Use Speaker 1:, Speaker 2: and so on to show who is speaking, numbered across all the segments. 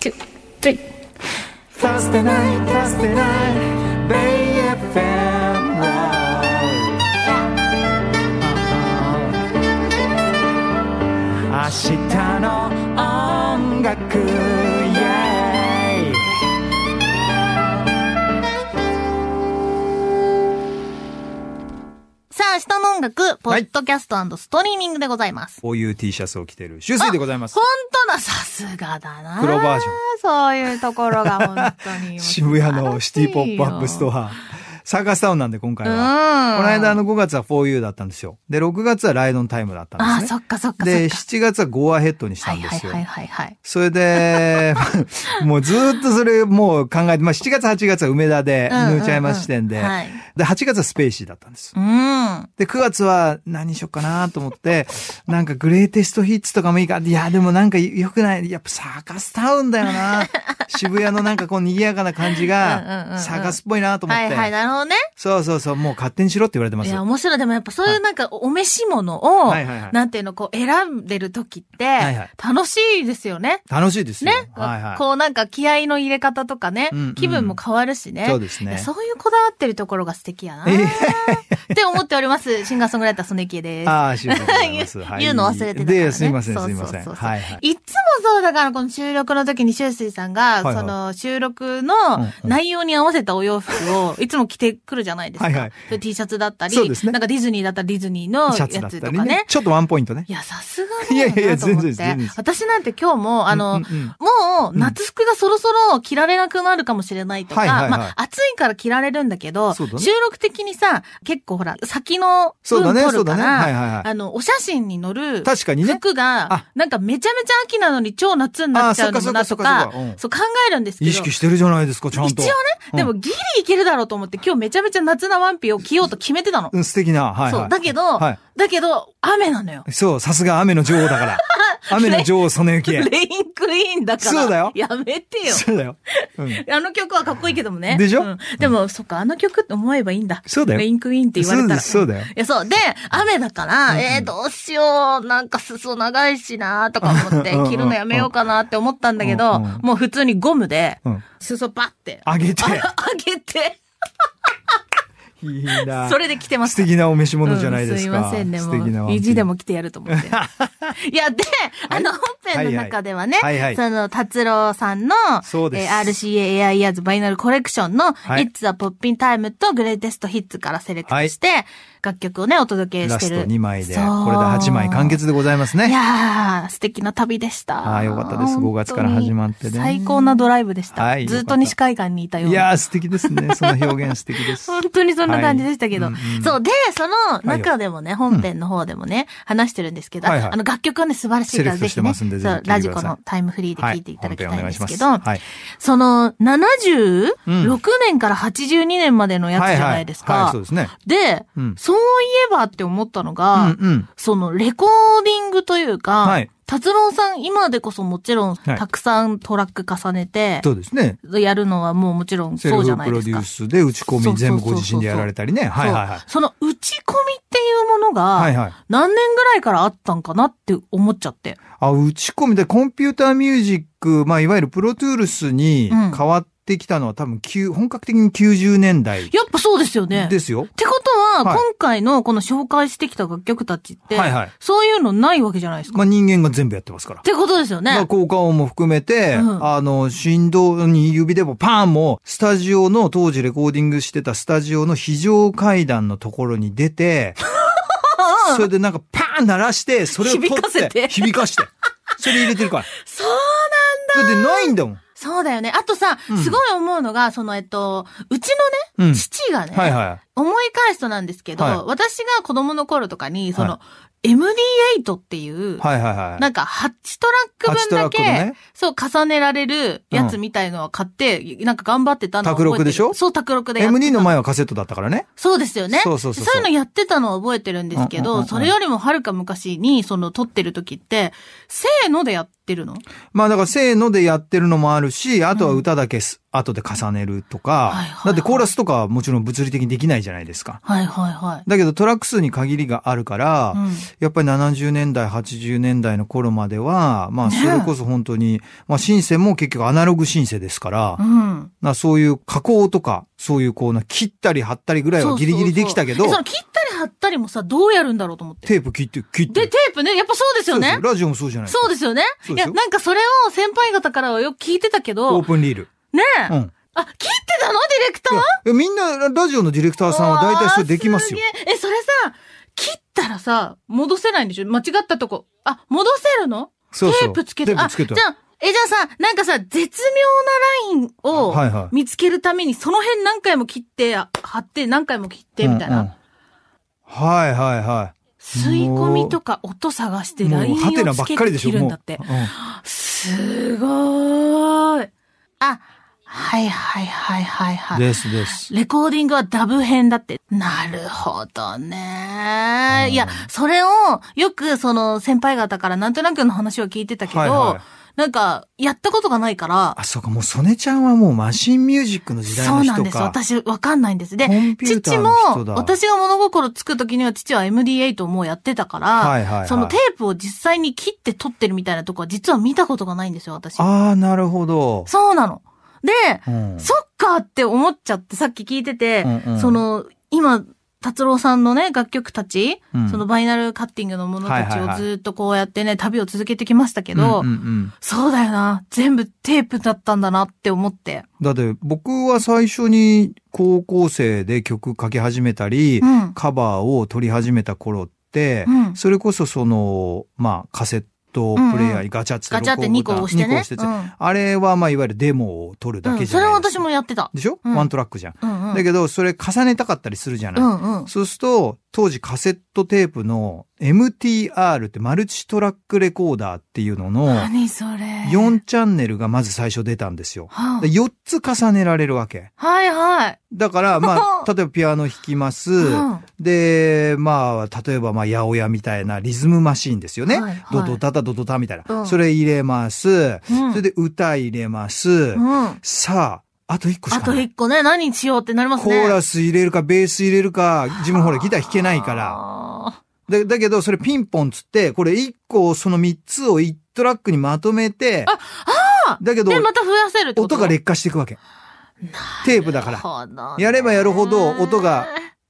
Speaker 1: two, three.
Speaker 2: Thursday night, Thursday night, Bay FM Live 明日の音楽 yeah
Speaker 1: さあ、明日の音楽、ポ
Speaker 3: はい
Speaker 1: ッドキャストストリーミングでございます。
Speaker 3: こういう T シャツを着てる、シュウスイでございます
Speaker 1: 本。当だ、さすがだな。
Speaker 3: 黒バージョン。
Speaker 1: そういうところが本当 に。
Speaker 3: 渋谷のシティポップアップスト
Speaker 1: ア。
Speaker 3: ア。サーカスタウンなんで今回は。
Speaker 1: うん。
Speaker 3: この間あの5月は 4U だったんですよ。で、6月はライドンタイムだったんですね。
Speaker 1: あ、そっかそっかそっか。
Speaker 3: で、7月は Go Ahead にした
Speaker 1: はい
Speaker 3: んで
Speaker 1: はい
Speaker 3: すよ
Speaker 1: は。いはいはい。
Speaker 3: それで、 もうずーっとそれもう考えて、まあ7月8月は梅田で、
Speaker 1: うんうんうん
Speaker 3: ヌーチャイマス視点で、
Speaker 1: はい。
Speaker 3: で、8月はスペーシーだったんです。
Speaker 1: うん。
Speaker 3: で、9月は何しよっかなと思って、 なんかグレイテストヒッツとかもいいか。いや、でもなんか良くない。やっぱサーカスタウンだよ な渋谷のなんかこう賑やかな感じ
Speaker 1: うんうんうんう
Speaker 3: が、
Speaker 1: ん
Speaker 3: サーカスっぽいなと思っ
Speaker 1: は
Speaker 3: て。
Speaker 1: いはい、なるほどね。
Speaker 3: そうそうそう、もう勝手にしろって言われてま
Speaker 1: い
Speaker 3: す。
Speaker 1: や、
Speaker 3: は
Speaker 1: 面白い。でもやっぱそういうなんかお召し物を、
Speaker 3: いはいはい。
Speaker 1: なんていうの、こう選んでる時って
Speaker 3: はいはい、
Speaker 1: 楽しいですよね。
Speaker 3: 楽しいですよ。
Speaker 1: ね、
Speaker 3: はいはい。
Speaker 1: こうなんか気合の入れ方とかね、
Speaker 3: うんうん
Speaker 1: 気分も変わるしね。
Speaker 3: そうですね
Speaker 1: いやそういうこだわってるところが素敵やな。
Speaker 3: え
Speaker 1: って思っております。シンガーソングライター、ソネキエです。
Speaker 3: ああ、しゅうさんでございます
Speaker 1: 言う
Speaker 3: はい
Speaker 1: 言うの忘れてたからね
Speaker 3: で、すいません、
Speaker 1: そう
Speaker 3: すい
Speaker 1: そうそ
Speaker 3: ま
Speaker 1: う
Speaker 3: せん。
Speaker 1: そう
Speaker 3: はいはい。
Speaker 1: いつもそうだから、この収録の時に、シュウスイさんが、
Speaker 3: いはい
Speaker 1: その収録の
Speaker 3: うんうん
Speaker 1: 内容に合わせたお洋服を、いつも着てくるじゃないですか。
Speaker 3: はいはい
Speaker 1: そういう T シャツだったり、
Speaker 3: そうですね
Speaker 1: なんかディズニーだったらディズニーの
Speaker 3: シ
Speaker 1: や
Speaker 3: ャツだっ
Speaker 1: つ
Speaker 3: た
Speaker 1: と
Speaker 3: り
Speaker 1: かね
Speaker 3: ね。。ちょっとワンポイントね。
Speaker 1: いや、さすが
Speaker 3: いや
Speaker 1: だ
Speaker 3: いやい
Speaker 1: よ
Speaker 3: や
Speaker 1: なと思
Speaker 3: 全
Speaker 1: って。
Speaker 3: 然です全然です
Speaker 1: 私なんて今日も、あの、
Speaker 3: うんうんうん
Speaker 1: もう、夏服がそろそろ着られなくなるかもしれないとか、
Speaker 3: はいはいはい
Speaker 1: まあ、暑いから着られるんだけど、
Speaker 3: そうだね
Speaker 1: 収録的にさ、結構ほら、先の
Speaker 3: そ
Speaker 1: 分
Speaker 3: うだ
Speaker 1: 取
Speaker 3: ね、そう
Speaker 1: る
Speaker 3: だ
Speaker 1: か
Speaker 3: ね。はい
Speaker 1: ら、
Speaker 3: はいはい。
Speaker 1: あの、お写真に載る
Speaker 3: 確かにね。
Speaker 1: 服が
Speaker 3: あ、
Speaker 1: なんかめちゃめちゃ秋なのに超夏になっちゃうのもな
Speaker 3: あそ
Speaker 1: と
Speaker 3: っかそっかそっかそ
Speaker 1: か
Speaker 3: っかう、ん
Speaker 1: そう考えるんですけど。
Speaker 3: 意識してるじゃないですか、ちゃんと。
Speaker 1: 一応ね
Speaker 3: うん
Speaker 1: でもギリいけるだろうと思って今日めちゃめちゃ夏なワンピを着ようと決めてたの。
Speaker 3: うん、素敵な。はい
Speaker 1: そ
Speaker 3: は
Speaker 1: う。
Speaker 3: い。
Speaker 1: だけど、
Speaker 3: は
Speaker 1: だけど、雨なのよ。
Speaker 3: い。そう、さすが雨の女王 だから。雨の女王、その雪
Speaker 1: レ。インクイーンだから。
Speaker 3: そうだよ
Speaker 1: やめてよ。
Speaker 3: そうだよ。うん。
Speaker 1: あの曲はかっこいいけどもね。
Speaker 3: でしょ
Speaker 1: うんでも、そっか、あの曲って思えばいいんだ。
Speaker 3: そうだよ
Speaker 1: レインクイーンって言われたら。
Speaker 3: そうだよそうだよ
Speaker 1: いや、そう。で、雨だから、えー、どうしよう。なんか裾長いしなとか思って
Speaker 3: うん、
Speaker 1: 着るのやめようかなって思ったんだけ
Speaker 3: う
Speaker 1: ど、
Speaker 3: んうん
Speaker 1: もう普通にゴムで、
Speaker 3: うん。
Speaker 1: 裾バッて、
Speaker 3: あげて。
Speaker 1: 上げて、
Speaker 3: いいな
Speaker 1: そ。れで着てまし
Speaker 3: 素
Speaker 1: た。
Speaker 3: 敵なお召し物じゃないです
Speaker 1: うん、すい
Speaker 3: か。
Speaker 1: ませんね、
Speaker 3: 素敵なワ
Speaker 1: も
Speaker 3: ン
Speaker 1: う。
Speaker 3: ピ
Speaker 1: 意
Speaker 3: ース
Speaker 1: 地でも来てやると思って。いや、で、あの、本編の中ではね、
Speaker 3: はいはい
Speaker 1: その、達郎さんの、
Speaker 3: そうです
Speaker 1: えー RCA エアイヤーズバイナルコレクションの、
Speaker 3: はい
Speaker 1: It's a Poppin' Time とグレイテストヒッツからセレクトして、楽曲をね、お届けし
Speaker 3: ラ
Speaker 1: て
Speaker 3: ス
Speaker 1: る。
Speaker 3: ト2枚で、これで
Speaker 1: そう
Speaker 3: 8枚完結でございます
Speaker 1: い
Speaker 3: ね。
Speaker 1: やー、素敵な旅でした。
Speaker 3: あーよかったです5月から始まってね
Speaker 1: 本当に最高なドライブでした。
Speaker 3: はい
Speaker 1: ずっと西海岸にいたよう
Speaker 3: い
Speaker 1: な。
Speaker 3: やー、素敵ですね。その表現素敵です。
Speaker 1: 本当にそんな感じでしたけど。
Speaker 3: はいうんうん
Speaker 1: そう。で、その中でもね、本編の方でもね、話してるんですけど、
Speaker 3: はいはい
Speaker 1: あの楽曲はね、素晴らしいから
Speaker 3: セレクト
Speaker 1: ぜ
Speaker 3: し
Speaker 1: ひ
Speaker 3: て
Speaker 1: ね、
Speaker 3: ます
Speaker 1: そ
Speaker 3: んでぜひ聞いうてくださ
Speaker 1: ラ
Speaker 3: い
Speaker 1: ジコのタイムフリーで聞いていただきたいんですけど、
Speaker 3: はい本編お願いし
Speaker 1: その76
Speaker 3: うん
Speaker 1: 年から82年までのや
Speaker 3: ますはい
Speaker 1: つじゃ
Speaker 3: は
Speaker 1: ない
Speaker 3: い
Speaker 1: です
Speaker 3: はい、
Speaker 1: か
Speaker 3: そう。ですね。
Speaker 1: で、
Speaker 3: うん
Speaker 1: そういえばって思ったの
Speaker 3: う
Speaker 1: が、
Speaker 3: んうん。
Speaker 1: そのレコーディングというか、
Speaker 3: はい
Speaker 1: 達郎さん今でこそもちろん、
Speaker 3: はい
Speaker 1: たくさんトラック重ねて、
Speaker 3: そうですね。
Speaker 1: やるのはもうもちろん
Speaker 3: セ
Speaker 1: そ
Speaker 3: ル
Speaker 1: うじゃ
Speaker 3: フ
Speaker 1: な
Speaker 3: プ
Speaker 1: いで
Speaker 3: ロ
Speaker 1: す
Speaker 3: デュー。スで
Speaker 1: か
Speaker 3: 打ち込
Speaker 1: そうそうそう
Speaker 3: み
Speaker 1: そう
Speaker 3: 全部ご自身でやられたりね。はいはいはい。
Speaker 1: そうその打ち込みっていうもの
Speaker 3: はい
Speaker 1: が、
Speaker 3: はい。
Speaker 1: 何年ぐらいからあったんかなって思っちゃって。
Speaker 3: あ、打ち込みでコンピューターミュージック、まあいわゆるプロトゥールスに
Speaker 1: うん
Speaker 3: 変わってきたのは多分9、本格的に90年代
Speaker 1: やっぱそうですよね。っ
Speaker 3: ですよ。
Speaker 1: てことは、
Speaker 3: はい
Speaker 1: 今回のこの紹介してきた楽曲たちって、
Speaker 3: はいはい
Speaker 1: そういうのないわけじゃないですか。
Speaker 3: まあ人間が全部やってますから
Speaker 1: っ。てことですよ
Speaker 3: ま
Speaker 1: ね
Speaker 3: あ。効果音も含めて、
Speaker 1: うん
Speaker 3: あの、振動に指でもパーンも、スタジオの、当時レコーディングしてたスタジオの非常階段のところに出 て、それでなんかパーン鳴らして、それを取って、
Speaker 1: 響かせて
Speaker 3: 響かして。それ入れてる から。
Speaker 1: そう
Speaker 3: だってないんだもん。
Speaker 1: そうだよね。あとさ、
Speaker 3: うん
Speaker 1: すごい思うのが、その、えっと、うち
Speaker 3: う
Speaker 1: の
Speaker 3: ん
Speaker 1: ね、。父がね、
Speaker 3: はいは
Speaker 1: 思い返すとなんですけど、
Speaker 3: はい
Speaker 1: 私が子供の頃とかに、その、MD8 っていう、
Speaker 3: い。はいはいはい。
Speaker 1: なんか8トラック分だけ、
Speaker 3: 8トラックのね
Speaker 1: そう重ねられるやつみたいのを買って、なんか頑張ってたのを覚えてる
Speaker 3: 卓録でしょ
Speaker 1: そう、卓録でやってた。
Speaker 3: M2 の前はカセットだったからね。
Speaker 1: そうですよね。
Speaker 3: そうそうそうそう
Speaker 1: いうのやってたのは覚えてるんですけ
Speaker 3: うんうんうん
Speaker 1: ど、
Speaker 3: うん
Speaker 1: それよりもはるか昔に、その撮ってる時って、せーのでやってってるの
Speaker 3: まあだからせーのでやってるのもあるし、あとは歌だけす、後で重ねるとか、
Speaker 1: はいはいはい
Speaker 3: だってコーラスとかはもちろん物理的にできないじゃないですか。
Speaker 1: はいはいはい。
Speaker 3: だけどトラック数に限りがあるから、
Speaker 1: うん
Speaker 3: やっぱり70年代、80年代の頃までは、まあ
Speaker 1: ね
Speaker 3: それこそ本当に、まあシンセも結局アナログシンセですから、
Speaker 1: うん。
Speaker 3: なそういう加工とか、そういうこうな切ったり貼ったりぐらいはギリギリできたけど、
Speaker 1: そうそうそうえその切ったり貼ったりもさ、どうやるんだろうと思って。
Speaker 3: テープ切って、切って。
Speaker 1: で、テープね、やっぱそうですよ
Speaker 3: そう
Speaker 1: ね
Speaker 3: そう。ラジオもそうじゃない
Speaker 1: そうですよね。
Speaker 3: そう
Speaker 1: い
Speaker 3: です
Speaker 1: や、
Speaker 3: よ
Speaker 1: なんかそれを先輩方からはよく聞いてたけ
Speaker 3: オ
Speaker 1: ど
Speaker 3: ー、プンリール。
Speaker 1: ね
Speaker 3: う
Speaker 1: え。
Speaker 3: ん。
Speaker 1: あ、切ってたのディレクタ
Speaker 3: い
Speaker 1: ー
Speaker 3: やいやみんな、ラジオのディレクターさんは大体それできますよ
Speaker 1: わ。あげええ、それさ、切ったらさ、戻せないんでしょ間違ったとこ。あ、戻せるの
Speaker 3: そうそう
Speaker 1: テープつけ
Speaker 3: テ
Speaker 1: て。
Speaker 3: ー
Speaker 1: あ、
Speaker 3: プつ
Speaker 1: じ
Speaker 3: け
Speaker 1: ゃ
Speaker 3: た
Speaker 1: あ、え、じゃあさ、なんかさ、絶妙なラインを
Speaker 3: はいはい
Speaker 1: 見つけるために、その辺何回も切って、あ貼って、何回も切って、みたい
Speaker 3: うんうん
Speaker 1: な。
Speaker 3: はいはいは
Speaker 1: 吸い込みとか音探し
Speaker 3: い。
Speaker 1: てラインを
Speaker 3: ハテナばっ
Speaker 1: つけ
Speaker 3: かりで
Speaker 1: て
Speaker 3: し
Speaker 1: 切
Speaker 3: ょ、
Speaker 1: るん
Speaker 3: も
Speaker 1: だって
Speaker 3: う。。
Speaker 1: すごーい。あ、はいはいはいはい
Speaker 3: うん
Speaker 1: はい。
Speaker 3: ですです。
Speaker 1: レコーディングはダブ編だって。なるほどね。いや、それを、よくその先輩方からなんとなくの話は聞いてたけど、
Speaker 3: はいはい
Speaker 1: なんか、やったことがないから、
Speaker 3: あ、そうか、もうソネちゃんはもうマシンミュージックの時代
Speaker 1: そ
Speaker 3: の
Speaker 1: う
Speaker 3: 人か。
Speaker 1: なんです。私、わかんないんです。で
Speaker 3: コン、ピュータ
Speaker 1: 父
Speaker 3: ー
Speaker 1: も
Speaker 3: の人だ、
Speaker 1: 私が物心つく時には父は MD8 をもうやってたから、
Speaker 3: はいはいはい
Speaker 1: そのテープを実際に切って撮ってるみたいなとこは実は見たことがないんですよ、私。
Speaker 3: ああ、なるほど。
Speaker 1: そうなの。で、
Speaker 3: うん
Speaker 1: そっかって思っちゃって、さっき聞いてて、
Speaker 3: うんうん
Speaker 1: その、今、達郎さんのね、楽曲たち、
Speaker 3: うん
Speaker 1: そのバイナルカッティングのものた
Speaker 3: はいは
Speaker 1: ち
Speaker 3: いは
Speaker 1: を
Speaker 3: い
Speaker 1: ずっとこうやってね、旅を続けてきましたけど、
Speaker 3: うんうんうん
Speaker 1: そうだよな。全部テープだったんだなって思って。
Speaker 3: だって僕は最初に高校生で曲書き始めたり、
Speaker 1: うん。
Speaker 3: カバーを取り始めた頃って、
Speaker 1: うん
Speaker 3: それこそその、まあ、カセットプレイヤーにガチャって
Speaker 1: ガチャって2個押して
Speaker 3: 2個
Speaker 1: ね
Speaker 3: 押し。てて
Speaker 1: うん
Speaker 3: あれはまあいわゆるデモを取るだ
Speaker 1: う
Speaker 3: け
Speaker 1: ん、
Speaker 3: じゃ
Speaker 1: それ
Speaker 3: ない
Speaker 1: は
Speaker 3: ですか。
Speaker 1: 私もやってた。
Speaker 3: でしょ、
Speaker 1: うん
Speaker 3: ワントラックじゃん。
Speaker 1: うんうん。
Speaker 3: だけど、それ重ねたかったりするじゃない、
Speaker 1: うんうん。
Speaker 3: そうすると、当時カセットテープの MTR ってマルチトラックレコーダーっていうのの
Speaker 1: 何それ。
Speaker 3: 4チャンネルがまず最初出たんですよ。
Speaker 1: はあ
Speaker 3: で4つ重ねられるわけ。
Speaker 1: はいはい。
Speaker 3: だから、まあ、例えばピアノ弾きます。
Speaker 1: うん
Speaker 3: で、まあ、例えば、まあ、八百屋みたいなリズムマシーンですよね。
Speaker 1: はいはい
Speaker 3: ドドタタドドタみたいな。
Speaker 1: うん
Speaker 3: それ入れます。
Speaker 1: うん
Speaker 3: それで歌入れます。
Speaker 1: うん。あ
Speaker 3: さあ、あと1個しか
Speaker 1: と
Speaker 3: ない。
Speaker 1: 1個ね、何しようってなります
Speaker 3: コ
Speaker 1: ね。
Speaker 3: ーラス入れるか、ベース入れるか、自分ほらギター弾けないから。
Speaker 1: ら。
Speaker 3: だだけど、それピンポンつって、これ1個、その3つを1トラックにまとめて、だけど
Speaker 1: で、、また増やせるってこと
Speaker 3: 音が劣化していくわけ。テープだから。
Speaker 1: ら
Speaker 3: やればやるほど音が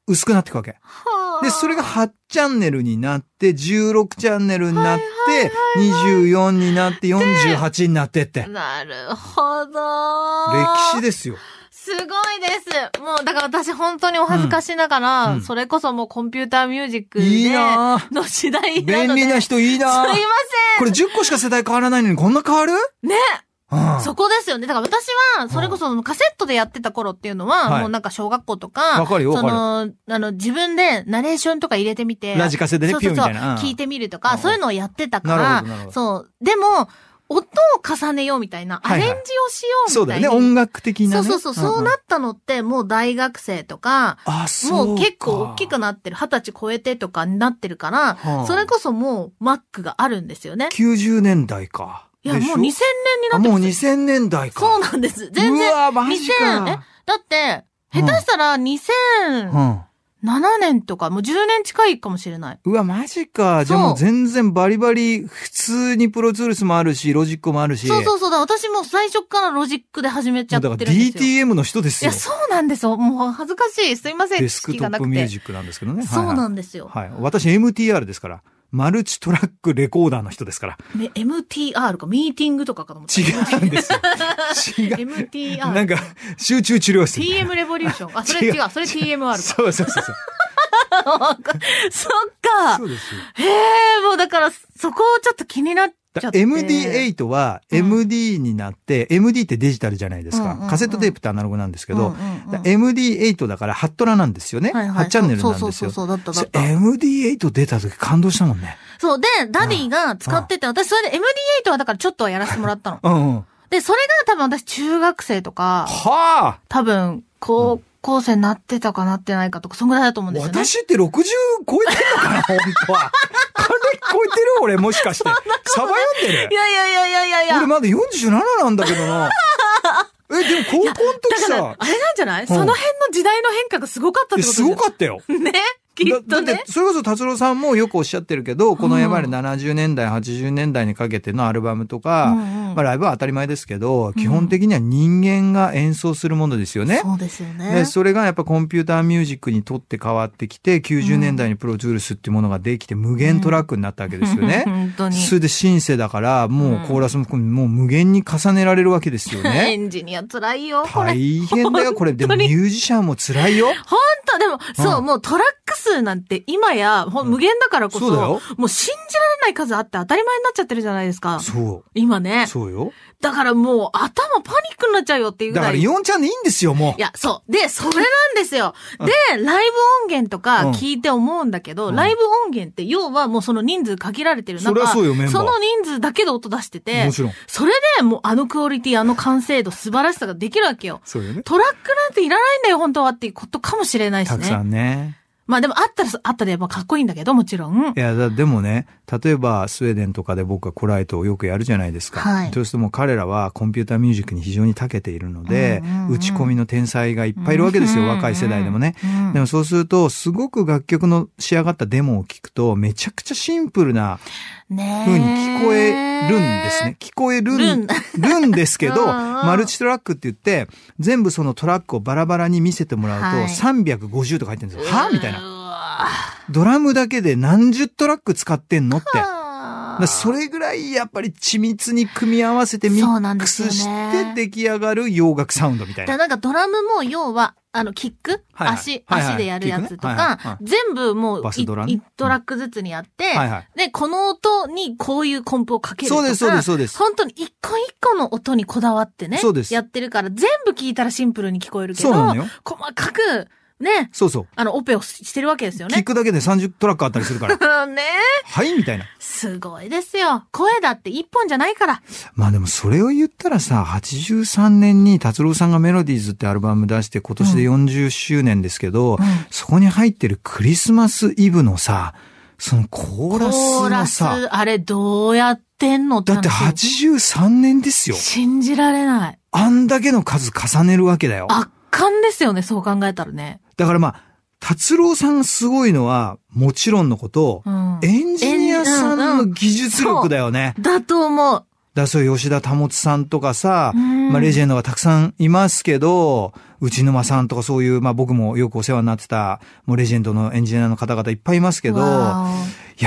Speaker 3: 薄くなっていくわけ。
Speaker 1: はあ
Speaker 3: で、それが8チャンネルになって、16チャンネルになって、24になって、48になってって。歴
Speaker 1: なるほど。
Speaker 3: 史ですよ。
Speaker 1: すごいです。もう、だから私本当にお恥ずかしながら、
Speaker 3: うんうん
Speaker 1: それこそもうコンピューターミュージックで
Speaker 3: いいなぁ
Speaker 1: の時代な
Speaker 3: 便
Speaker 1: ので。
Speaker 3: 利な人いいな
Speaker 1: すいま
Speaker 3: これ10個しか世代変わらないのにこんな変わる
Speaker 1: せん。ね。
Speaker 3: うん。
Speaker 1: そこですよね。だから私は、それこそそのカセットでやってた頃っていうのは、
Speaker 3: はい
Speaker 1: もうなんか小学校と
Speaker 3: わ
Speaker 1: か、
Speaker 3: かるよ、わ
Speaker 1: そ
Speaker 3: か
Speaker 1: の、あの、自分でナレーションとか入れてみて、
Speaker 3: る。ラジカセでね
Speaker 1: そ、う
Speaker 3: ピ
Speaker 1: そ
Speaker 3: ュー
Speaker 1: う
Speaker 3: みた
Speaker 1: そう、
Speaker 3: いな。うん
Speaker 1: 聞いてみると
Speaker 3: うん
Speaker 1: か、
Speaker 3: うん
Speaker 1: そういうのをやってたか
Speaker 3: なるほどなるほど
Speaker 1: ら、そう。でも、音を重ねようみたいな、
Speaker 3: はいはい
Speaker 1: アレンジをしようみたいな。
Speaker 3: そうだよね、音楽的なね。
Speaker 1: そうそうそう、そうなったのって、もう大学生とか、
Speaker 3: うんうんあ、そうか。
Speaker 1: もう結構大きくなってる、二十歳超えてとかになってるから、
Speaker 3: はあ
Speaker 1: それこそもう Mac があるんですよね。
Speaker 3: 90年代か。
Speaker 1: いや、
Speaker 3: でし
Speaker 1: も
Speaker 3: ょ
Speaker 1: う2000年にな
Speaker 3: あ
Speaker 1: って
Speaker 3: もう
Speaker 1: ますよ
Speaker 3: 2000年代か。
Speaker 1: そうなんです。全然
Speaker 3: う。わ、マジ
Speaker 1: 2000え
Speaker 3: か。
Speaker 1: だって、
Speaker 3: うん
Speaker 1: 下手したら2007
Speaker 3: うん。
Speaker 1: 年とか、もう10年近いかもしれない。
Speaker 3: うわ、マジか。じゃあ
Speaker 1: そう
Speaker 3: もう全然バリバリ、普通にプロツールスもあるし、ロジックもあるし。。
Speaker 1: そうそううそうだ。私も最初からロジックで始めちゃ
Speaker 3: だ
Speaker 1: っ
Speaker 3: か
Speaker 1: てる
Speaker 3: ら
Speaker 1: んですよ。
Speaker 3: DTM の人です
Speaker 1: い
Speaker 3: よ。
Speaker 1: や、そうなんですよ。もう恥ずかしい。すいません。
Speaker 3: デスク
Speaker 1: 知識
Speaker 3: ト
Speaker 1: が
Speaker 3: ッ
Speaker 1: な
Speaker 3: プ
Speaker 1: く
Speaker 3: ミュー
Speaker 1: て。
Speaker 3: ジックなんですけどね。
Speaker 1: そ
Speaker 3: は
Speaker 1: う
Speaker 3: いは
Speaker 1: ないんですよ。
Speaker 3: はい。私 MTR ですから。マルチトラックレコーダーの人ですから。
Speaker 1: め MTR か、ミーティングとかかと思った。
Speaker 3: 違うんですよ。違う。なん
Speaker 1: MTR。
Speaker 3: か、集中治療室みたいな。
Speaker 1: TM レボリューション。あ、それ違う。それ TMR
Speaker 3: そうそうそうそう。
Speaker 1: か。そっか
Speaker 3: そ。うですよ。
Speaker 1: へえ、もうだから、そこをちょっと気になっちゃ
Speaker 3: だ
Speaker 1: って。
Speaker 3: MD8 は MD になって、MD ってデジタルじゃないです
Speaker 1: うんうんう
Speaker 3: か。
Speaker 1: ん
Speaker 3: カセットテープってアナログなんですけ
Speaker 1: う
Speaker 3: ど
Speaker 1: ん、うんうん
Speaker 3: だ MD8 だからハットラなんですよね。
Speaker 1: はいはい
Speaker 3: 8チャンネルなん
Speaker 1: そ
Speaker 3: で
Speaker 1: う
Speaker 3: す
Speaker 1: そうそう
Speaker 3: よ。
Speaker 1: そう、だっただ
Speaker 3: そ
Speaker 1: っ
Speaker 3: う
Speaker 1: た。
Speaker 3: MD8 出た時感動したもんね。。
Speaker 1: そう、で、ダディが使ってて、私それで MD8 はだからちょっとはやらせてもらったの
Speaker 3: うん、うん。
Speaker 1: で、それが多分私中学生とか、
Speaker 3: はあ
Speaker 1: 多分高校生になってたかなってないかとか、そんぐらいだと思うんですよね。
Speaker 3: 私って60超えてんのかな本当は。還こえてる俺もしかして。サバ読んでる
Speaker 1: いやいやいやいやいやいや。
Speaker 3: 俺まだ47なんだけど な。え、でも高校の時
Speaker 1: だから
Speaker 3: さ、、
Speaker 1: あれなんじゃないその辺の時代の変化がすごかったっ
Speaker 3: え
Speaker 1: てこと
Speaker 3: すごかったよ。
Speaker 1: た。ねきっ
Speaker 3: だ
Speaker 1: と
Speaker 3: だっ
Speaker 1: ね
Speaker 3: て。それこそ達郎さんもよくおっしゃってるけど、このやっぱり70年代、80年代にかけてのアルバムとか、
Speaker 1: うんうん
Speaker 3: まあライブは当たり前ですけど、基本的には人間が演奏するものですよね。
Speaker 1: そうですよね
Speaker 3: で。それがやっぱコンピューターミュージックにとって変わってきて、90年代にプロトゥールスっていうものができて無限トラックになったわけですよね。
Speaker 1: 本当に。
Speaker 3: それでシンセだから、もうコーラスも含め、もう無限に重ねられるわけですよ
Speaker 1: エ
Speaker 3: ね。
Speaker 1: ンジニア辛いよ、これ。
Speaker 3: 大変だよ、これ。でも
Speaker 1: 本当
Speaker 3: ミ
Speaker 1: に
Speaker 3: ュージシャンも辛いよ。
Speaker 1: 本当でも、そう、
Speaker 3: うん
Speaker 1: もうトラック数なんて今や、ほん無限だからこそ、
Speaker 3: そうだよ
Speaker 1: もう信じられない数あって当たり前になっちゃってるじゃないですか。
Speaker 3: そ
Speaker 1: 今ね
Speaker 3: う。。そうよ。
Speaker 1: だからもう頭パニックになっちゃうよっていうぐ
Speaker 3: だからら、
Speaker 1: い。
Speaker 3: イオンちゃんでいいんですよ、も
Speaker 1: いや、そう。で、それなんですよ。
Speaker 3: うん
Speaker 1: で、ライブ音源とか
Speaker 3: うん
Speaker 1: 聞いて思うんだけど、
Speaker 3: うん
Speaker 1: ライブ音源って要はもうその人数限られてる
Speaker 3: そり
Speaker 1: 中、
Speaker 3: ゃそうよメンバー
Speaker 1: その人数だけで音出して
Speaker 3: う。
Speaker 1: て
Speaker 3: も、ちろん。
Speaker 1: それでもうあのクオリティ、あの完成度、素晴らしさができるわけよ。
Speaker 3: そうよね。
Speaker 1: トラックなんていらないんだよ、本当はっていうことかもしれないした
Speaker 3: くさ
Speaker 1: ね。
Speaker 3: んね。
Speaker 1: まあでもあったら、あったでやっぱかっこいいんだけど、もちろん
Speaker 3: い。や、だでもね、例えばスウェーデンとかで僕はコライトをよくやるじゃないですか。
Speaker 1: はい
Speaker 3: そうするともう彼らはコンピューターミュージックに非常に長けているので、
Speaker 1: うんうんうん
Speaker 3: 打ち込みの天才がいっぱいいるわけですよ、
Speaker 1: うんうんうん
Speaker 3: 若い世代でもね。
Speaker 1: うん
Speaker 3: でもそうすると、すごく楽曲の仕上がったデモを聞くと、めちゃくちゃシンプルな
Speaker 1: ねえ。
Speaker 3: 風に聞こえるんですね。。聞こえるん、
Speaker 1: るん
Speaker 3: るんですけ
Speaker 1: う
Speaker 3: ど、
Speaker 1: んうん
Speaker 3: マルチトラックって言って、全部そのトラックをバラバラに見せてもらうと、
Speaker 1: はい
Speaker 3: 350とか入ってるんですよ。はみたいな。
Speaker 1: な。
Speaker 3: ドラムだけで何十トラック使ってんのって。だからそ
Speaker 1: れ
Speaker 3: れぐらいやっぱり緻密に組み合わせてミ
Speaker 1: そうな
Speaker 3: ッ
Speaker 1: んで
Speaker 3: ク
Speaker 1: すよ
Speaker 3: ス
Speaker 1: ね
Speaker 3: して出来上がる洋楽サウンドみたい
Speaker 1: だから
Speaker 3: な。
Speaker 1: なんかドラムも要は、あの、キック、
Speaker 3: はいはい
Speaker 1: 足、
Speaker 3: はいはい
Speaker 1: 足でやるやつと
Speaker 3: キックねはい
Speaker 1: か、
Speaker 3: はいはい
Speaker 1: 全部もう
Speaker 3: バス
Speaker 1: 一
Speaker 3: ドラね
Speaker 1: 一トラックずつにやって、
Speaker 3: はいはい。
Speaker 1: で、この音にこういうコンプをかけるとか。
Speaker 3: そうです、そうです、そうです。
Speaker 1: 本当に一個一個の音にこだわってね。
Speaker 3: そうです
Speaker 1: やってるから、全部聞いたらシンプルに聞こえるけ
Speaker 3: そ
Speaker 1: ど、
Speaker 3: うなの
Speaker 1: 細
Speaker 3: よ。
Speaker 1: かく、ね、
Speaker 3: そうそう。
Speaker 1: あの、オペをししてるわけですよ
Speaker 3: 聞
Speaker 1: ね。。
Speaker 3: くだけで30トラックあったりするから
Speaker 1: ね
Speaker 3: はいみたいな。
Speaker 1: すごいですよ。声だって一本じゃないから。
Speaker 3: まあでもそれを言ったらさ、83年に達郎さんがメロディーズってアルバム出して今年で40周年ですけど、そこに入ってるクリスマスイブのさ、そのコーラ
Speaker 1: コー
Speaker 3: スの
Speaker 1: ラス
Speaker 3: さ、、
Speaker 1: あれどうやってんの
Speaker 3: だって
Speaker 1: 話
Speaker 3: 83年ですよ。
Speaker 1: 信じられない。
Speaker 3: あんだけの数重ねるわけだよ。
Speaker 1: 圧巻ですよね、そう考えたらね。
Speaker 3: だからまあ、達郎さんがすごいのは、もちろんのこと
Speaker 1: う、ん。
Speaker 3: エンジニアさんの技術力だよね。
Speaker 1: だと思う。
Speaker 3: だからそういう吉田保さんとかさ、
Speaker 1: うん
Speaker 3: まあレジェンドがたくさんいますけど、内沼さんとかそういう、まあ僕もよくお世話になってた、もうレジェンドのエンジニアの方々いっぱいいますけど、や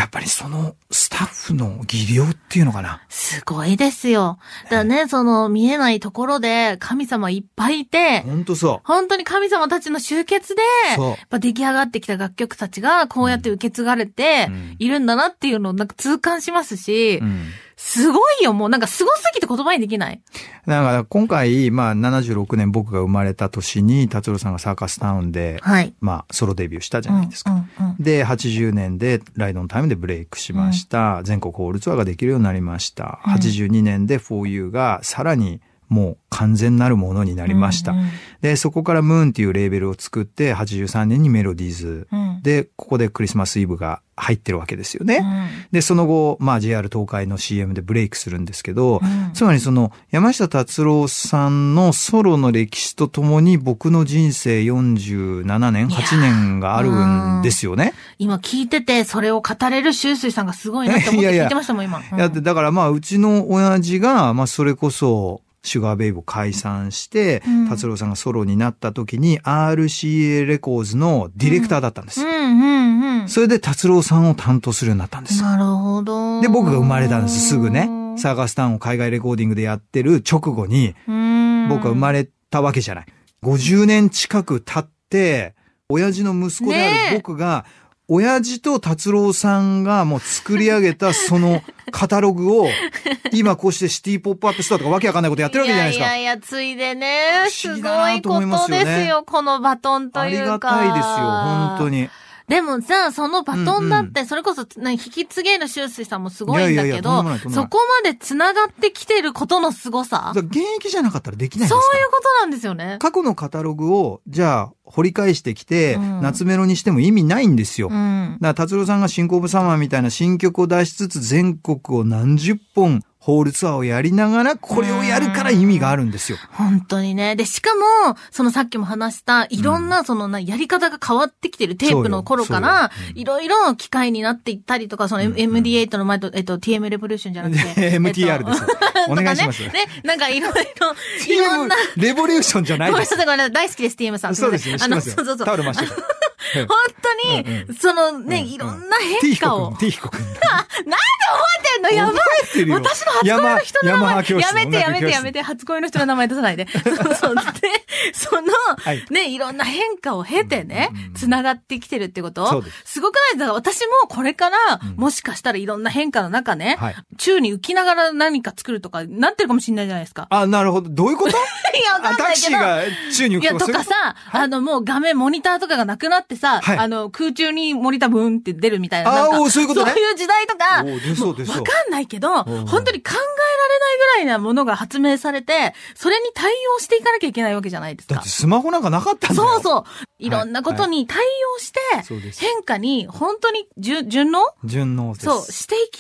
Speaker 1: わー
Speaker 3: っぱりそのスタッフの技量っていうのかな。
Speaker 1: すごいですよ。だからね、その見えないところで神様いっぱいいて、
Speaker 3: ほんとそ
Speaker 1: 本当に神様たちの集結で、
Speaker 3: う。
Speaker 1: やっ
Speaker 3: そ
Speaker 1: ぱ出来上がってきた楽曲たちがこうやって受け継がれて
Speaker 3: う。うん
Speaker 1: いるんだなっていうのをなんか痛感しますし
Speaker 3: う、ん
Speaker 1: すごいよ、もうなんかすごすぎて言葉にできない。
Speaker 3: だから今回、まあ76年僕が生まれた年に達郎さんがサーカスタウンで、
Speaker 1: はい。
Speaker 3: まあソロデビューしたじゃないですか。
Speaker 1: うんうんうん
Speaker 3: で、80年でライドのタイムでブレイクしました。全国ホールツアーができるようになりました。
Speaker 1: うん
Speaker 3: 82年で 4U がさらにもう完全なるものになりました。
Speaker 1: うん
Speaker 3: で、そこからムーンっていうレーベルを作って、83年にメロディーズ。
Speaker 1: うんうん
Speaker 3: で、ここでクリスマスイブが入ってるわけですよね。
Speaker 1: うん
Speaker 3: で、その後、まあ JR 東海の CM でブレイクするんですけど、
Speaker 1: うん
Speaker 3: つまりその山下達郎さんのソロの歴史とともに僕の人生47年、
Speaker 1: いやー
Speaker 3: 8年があるんですよね。
Speaker 1: 今聞いてて、それを語れる周水さんがすごいなって思っ
Speaker 3: いやい
Speaker 1: て
Speaker 3: や
Speaker 1: 聞いてましたもん、今。うん
Speaker 3: いや、でだからまあ、うちの親父が、まあ、それこそ、シュガーベイブを解散して、
Speaker 1: うん
Speaker 3: 達郎さんがソロになった時に、RCA レコーズのディレクターだったんです。
Speaker 1: うんうんうん。
Speaker 3: それで達郎さんを担当するようになったんです。
Speaker 1: なるほど。
Speaker 3: で、僕が生まれたんです、すぐね。サ
Speaker 1: あ、
Speaker 3: ーガスタウンを海外レコーディングでやってる直後に、僕は生ま
Speaker 1: れ
Speaker 3: れたわけじゃない。50年近く経って、親父の息子であ
Speaker 1: ねえ
Speaker 3: る僕が、親父と達郎さんがもう作り上げたそ のカタログを、今こうしてシティポップアップストアとかわけわかんないことやってるわけじゃないです
Speaker 1: い
Speaker 3: か。
Speaker 1: やいやいや、ついでね、
Speaker 3: 不
Speaker 1: す
Speaker 3: 思議だ
Speaker 1: ご
Speaker 3: ないと思いま
Speaker 1: こ
Speaker 3: す
Speaker 1: と
Speaker 3: よね
Speaker 1: ですよ、このバトンと
Speaker 3: あ
Speaker 1: い
Speaker 3: り
Speaker 1: う
Speaker 3: が
Speaker 1: か。
Speaker 3: たいですよ、本当
Speaker 1: に。
Speaker 3: に。
Speaker 1: でもさ、そのバトンだって、それこそ、な引き継げる修士さんもすごいんだ
Speaker 3: いやいやいや
Speaker 1: け
Speaker 3: とんで
Speaker 1: ど
Speaker 3: もないと、んでもな
Speaker 1: そ
Speaker 3: い
Speaker 1: こまで繋がってきてることの凄さ
Speaker 3: だから現役じゃなかったらできないんです
Speaker 1: そ
Speaker 3: か
Speaker 1: う
Speaker 3: ら
Speaker 1: いうことなんですよね。
Speaker 3: 過去のカタログを、じゃあ、掘り返してきて、
Speaker 1: うん
Speaker 3: 夏メロにしても意味ないんですよ。
Speaker 1: う
Speaker 3: だか
Speaker 1: ん。
Speaker 3: ら、達郎さんが新興部サマーみたいな新曲を出しつつ、全国を何十本、ホールツアーをやりながら、これをやるから意味があるんですよ。
Speaker 1: 本当にね。で、しかも、そのさっきも話した、いろんな、そのな、やり方が変わってきてるテープの頃から
Speaker 3: そうよそうよ、うん
Speaker 1: いろいろ機械になっていったりとか、その
Speaker 3: うんうん
Speaker 1: MD8 の前と、えっと、TM レボリューショ ンじゃなくて。
Speaker 3: で MTR ですよ
Speaker 1: えっ と
Speaker 3: お願いします
Speaker 1: とかね、ねなん かいろいろ、いろんな、
Speaker 3: レボリューションじゃな
Speaker 1: ご
Speaker 3: いで
Speaker 1: めんなさ
Speaker 3: す
Speaker 1: い、。ごめんなさい、大好きです、TM さん。
Speaker 3: そうですよ、
Speaker 1: ね。
Speaker 3: 知
Speaker 1: あ
Speaker 3: って
Speaker 1: の、
Speaker 3: ます
Speaker 1: そうそう
Speaker 3: よ。
Speaker 1: そう。
Speaker 3: タオル
Speaker 1: 本
Speaker 3: 回してる。
Speaker 1: 当
Speaker 3: うんう
Speaker 1: に、そ
Speaker 3: う
Speaker 1: のね、
Speaker 3: んうん
Speaker 1: いろんな
Speaker 3: T
Speaker 1: 変化を。
Speaker 3: 彦君、
Speaker 1: なんで
Speaker 3: T 彦君。
Speaker 1: 覚えてんのやばい
Speaker 3: 覚えてるよ。
Speaker 1: 私の初恋の人の名
Speaker 3: 山
Speaker 1: 前
Speaker 3: 山教室
Speaker 1: やめてやめてやめ
Speaker 3: て。
Speaker 1: て、初恋の人の名前出さないで。そうそう。で、その、
Speaker 3: い
Speaker 1: ね、いろんな変化を経てね
Speaker 3: うんうんうん、
Speaker 1: 繋がってきてるってこと
Speaker 3: そうです
Speaker 1: ごくないですか私もこれから、
Speaker 3: うん
Speaker 1: もしかしたらいろんな変化の中ね、
Speaker 3: はい
Speaker 1: 宙に浮きながら何か作るとか、なってるかもしれないじゃないですか。
Speaker 3: あ、なるほど。 どういうこと
Speaker 1: いや、わか
Speaker 3: あ
Speaker 1: んな
Speaker 3: タ
Speaker 1: い
Speaker 3: ク
Speaker 1: け
Speaker 3: シ
Speaker 1: ど
Speaker 3: ー。が宙に浮
Speaker 1: いや、
Speaker 3: く
Speaker 1: とかさ、あの、もう画面、モニターとかがなくなってさ、
Speaker 3: はい
Speaker 1: あの、空中にモニターブーンって出るみたいな。
Speaker 3: あー
Speaker 1: なん
Speaker 3: お
Speaker 1: か
Speaker 3: ーそういうことね
Speaker 1: そういう時代とか、
Speaker 3: おー出そう出そう
Speaker 1: もわかんないけど、
Speaker 3: ん
Speaker 1: 本当に考えられないぐらいなものが発明されて、それに対応していかなきゃいけないわけじゃないです
Speaker 3: だ
Speaker 1: か
Speaker 3: って。スマホなんかなかったんだよ。
Speaker 1: そうそう。いろんなことに対応して、
Speaker 3: そうです
Speaker 1: 変化に本当に順順応
Speaker 3: 順応です。
Speaker 1: そう、していき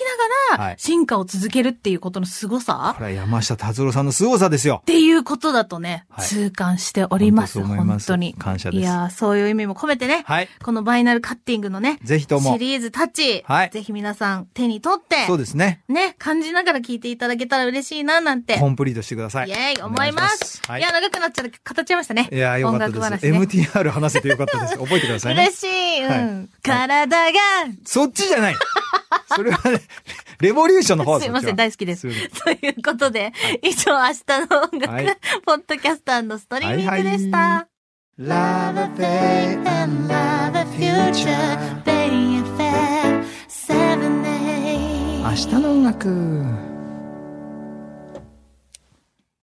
Speaker 1: なが
Speaker 3: は
Speaker 1: ら
Speaker 3: い、
Speaker 1: 進化を続けるっていうことの凄さ、
Speaker 3: これは山下達郎さんの凄さですよ
Speaker 1: っ。ていうことだとね、
Speaker 3: はい
Speaker 1: 痛感しております。
Speaker 3: 本当そう思
Speaker 1: 本
Speaker 3: い
Speaker 1: 当
Speaker 3: ます
Speaker 1: に。
Speaker 3: 感謝です
Speaker 1: いやーそういう意味も込めてね、
Speaker 3: はい
Speaker 1: このバイナルカッティングのね、
Speaker 3: ぜひとも
Speaker 1: シ。リーズたち、
Speaker 3: はい
Speaker 1: ぜひ皆さん手に取って、
Speaker 3: そうですね。
Speaker 1: ね、感じながら聞いていただけたら嬉しいな、なんて。
Speaker 3: コンプリートしてください。
Speaker 1: イェーイ、思い
Speaker 3: お願
Speaker 1: ま
Speaker 3: し
Speaker 1: す。、
Speaker 3: はいい
Speaker 1: や、長くなっちゃった、語っちゃいましたね。
Speaker 3: いやー、よかった
Speaker 1: 音楽
Speaker 3: です。
Speaker 1: 話ね
Speaker 3: MTR 話せてよかったです。覚えてくださいね
Speaker 1: 嬉。しい、うん。
Speaker 3: はい
Speaker 1: 体が、
Speaker 3: そっちじゃない。それはね、レボリューションの方
Speaker 1: すいません、大好きです。
Speaker 3: いません
Speaker 1: ということで、以上、明日の音楽、
Speaker 3: はい
Speaker 1: ポッドキャストストリーミングでした。
Speaker 3: はいは
Speaker 1: Love a day and love a future, baby, fair, seven, eight.
Speaker 3: 明日の音楽。